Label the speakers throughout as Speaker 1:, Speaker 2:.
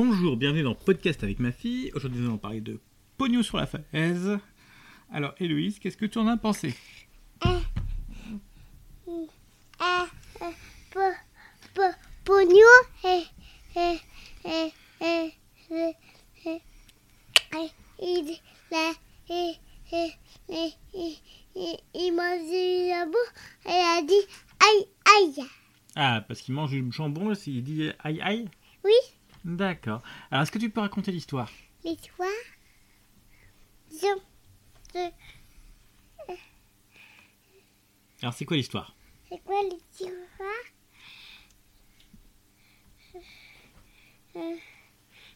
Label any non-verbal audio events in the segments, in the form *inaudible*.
Speaker 1: Bonjour, bienvenue dans Podcast avec ma fille. Aujourd'hui, nous allons parler de Pognon sur la falaise. Alors, Héloïse, qu'est-ce que tu en as pensé
Speaker 2: Ah, euh, po- po- pognon et, et, et, et, et, et, et, il la- et- et- et- et- et- il mange du jambon et a dit aïe aïe.
Speaker 1: Ah, parce qu'il mange du jambon, il dit aïe aïe
Speaker 2: Oui,
Speaker 1: D'accord. Alors, est-ce que tu peux raconter l'histoire
Speaker 2: mais toi, je, je-
Speaker 1: Alors, c'est quoi l'histoire
Speaker 2: c'est quoi le tiroir Euh,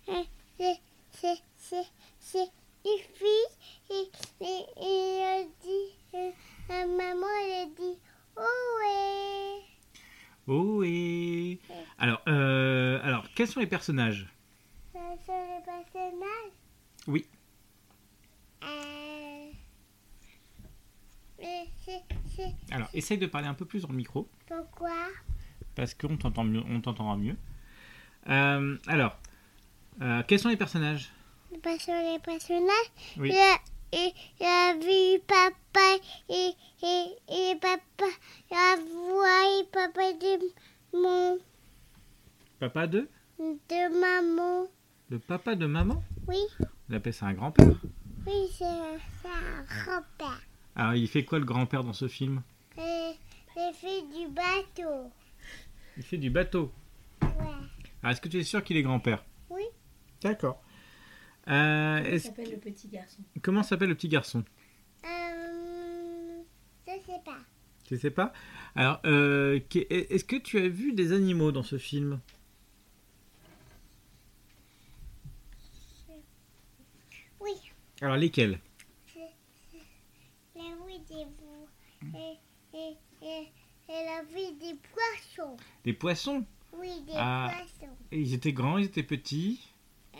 Speaker 2: euh, C'est, c'est, c'est, c'est une fille et, et, et elle dit, euh, à maman elle dit, oh ouais.
Speaker 1: Oh, et... Alors, euh, alors, quels sont les personnages
Speaker 2: Ça, c'est le personnage.
Speaker 1: Oui.
Speaker 2: Euh, mais c'est, c'est,
Speaker 1: Alors, essaye de parler un peu plus dans le micro,
Speaker 2: pourquoi
Speaker 1: parce qu'on t'entend mieux, on t'entendra mieux. Euh, alors, euh, quels sont les personnages
Speaker 2: Pas sur les personnages.
Speaker 1: Oui.
Speaker 2: Il, a, il- il a vu papa et, et, et papa. Il a vu papa de, mon,
Speaker 1: Papa de
Speaker 2: de maman.
Speaker 1: Le papa de maman
Speaker 2: Oui,
Speaker 1: On appelle ça un grand-père
Speaker 2: oui, c'est un c'est un grand-père.
Speaker 1: Alors, il fait quoi le grand-père dans ce film
Speaker 2: Et Les filles du bateau.
Speaker 1: Il fait du bateau.
Speaker 2: Ouais.
Speaker 1: Alors, est-ce que tu es sûr qu'il est grand-père
Speaker 2: Oui.
Speaker 1: D'accord. Euh,
Speaker 3: Il
Speaker 1: est-ce-
Speaker 3: s'appelle le petit garçon.
Speaker 1: Comment s'appelle le petit garçon
Speaker 2: Euh, je sais pas.
Speaker 1: Tu sais pas Alors, euh, qu'est- est-ce que tu as vu des animaux dans ce film
Speaker 2: Oui,
Speaker 1: Alors, lesquels
Speaker 2: la vie des vous. Et, et, et, et la vie des poissons.
Speaker 1: Les poissons
Speaker 2: Oui, des
Speaker 1: Ah.
Speaker 2: poissons.
Speaker 1: Ils étaient grands, ils étaient petits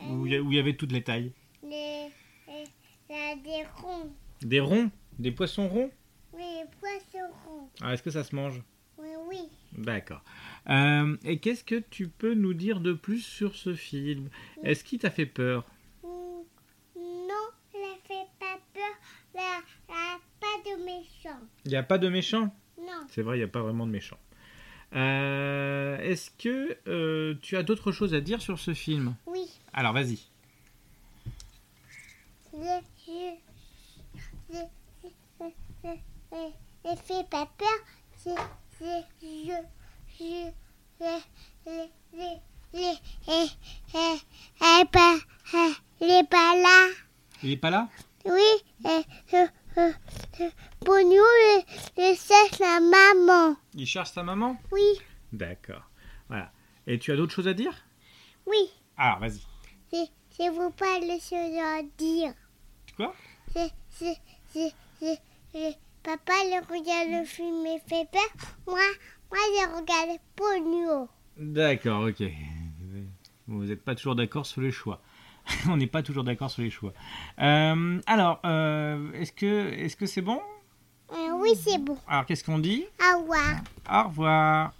Speaker 1: Ou
Speaker 2: Euh.
Speaker 1: il y a- ou il y avait toutes les tailles
Speaker 2: Les, les, la, des ronds.
Speaker 1: Des ronds Des poissons ronds
Speaker 2: Oui, les poissons ronds.
Speaker 1: Alors, est-ce que ça se mange
Speaker 2: Oui, oui.
Speaker 1: D'accord. Euh, et qu'est-ce que tu peux nous dire de plus sur ce film Est-ce qu'il t'a fait peur
Speaker 2: Mm, Non, la fait pas peur. La, la pas de méchant.
Speaker 1: Il n'y a pas de méchant
Speaker 2: Non.
Speaker 1: C'est vrai, il n'y a pas vraiment de méchant. Euh, Est-ce que euh, tu as d'autres choses à dire sur ce film
Speaker 2: Oui.
Speaker 1: Alors vas-y.
Speaker 2: Les yeux. Les, les, les, les, les fait pas peur. C'est les yeux. yeux, Les, les, les, les, les, les, les, pas- les, les pas là.
Speaker 1: Il est pas là
Speaker 2: Oui, et euh, euh, euh, Pognon, le- le sèche la maman.
Speaker 1: Il cherche sa maman
Speaker 2: Oui,
Speaker 1: D'accord. Voilà. Et tu as d'autres choses à dire
Speaker 2: oui,
Speaker 1: Alors vas-y.
Speaker 2: c'est c'est vous pas le leur dire.
Speaker 1: Quoi
Speaker 2: C'est, c'est, c'est, c'est, c'est- Papa le regarde le film et fait peur. Moi, moi je regarde Pognon.
Speaker 1: D'accord, ok. Vous n'êtes pas toujours d'accord sur les choix. *laughs* On n'est pas toujours d'accord sur les choix. Euh, alors, euh, est-ce que est-ce que c'est bon
Speaker 2: Euh, oui, c'est bon.
Speaker 1: Alors qu'est-ce qu'on dit
Speaker 2: Au revoir.
Speaker 1: Au revoir.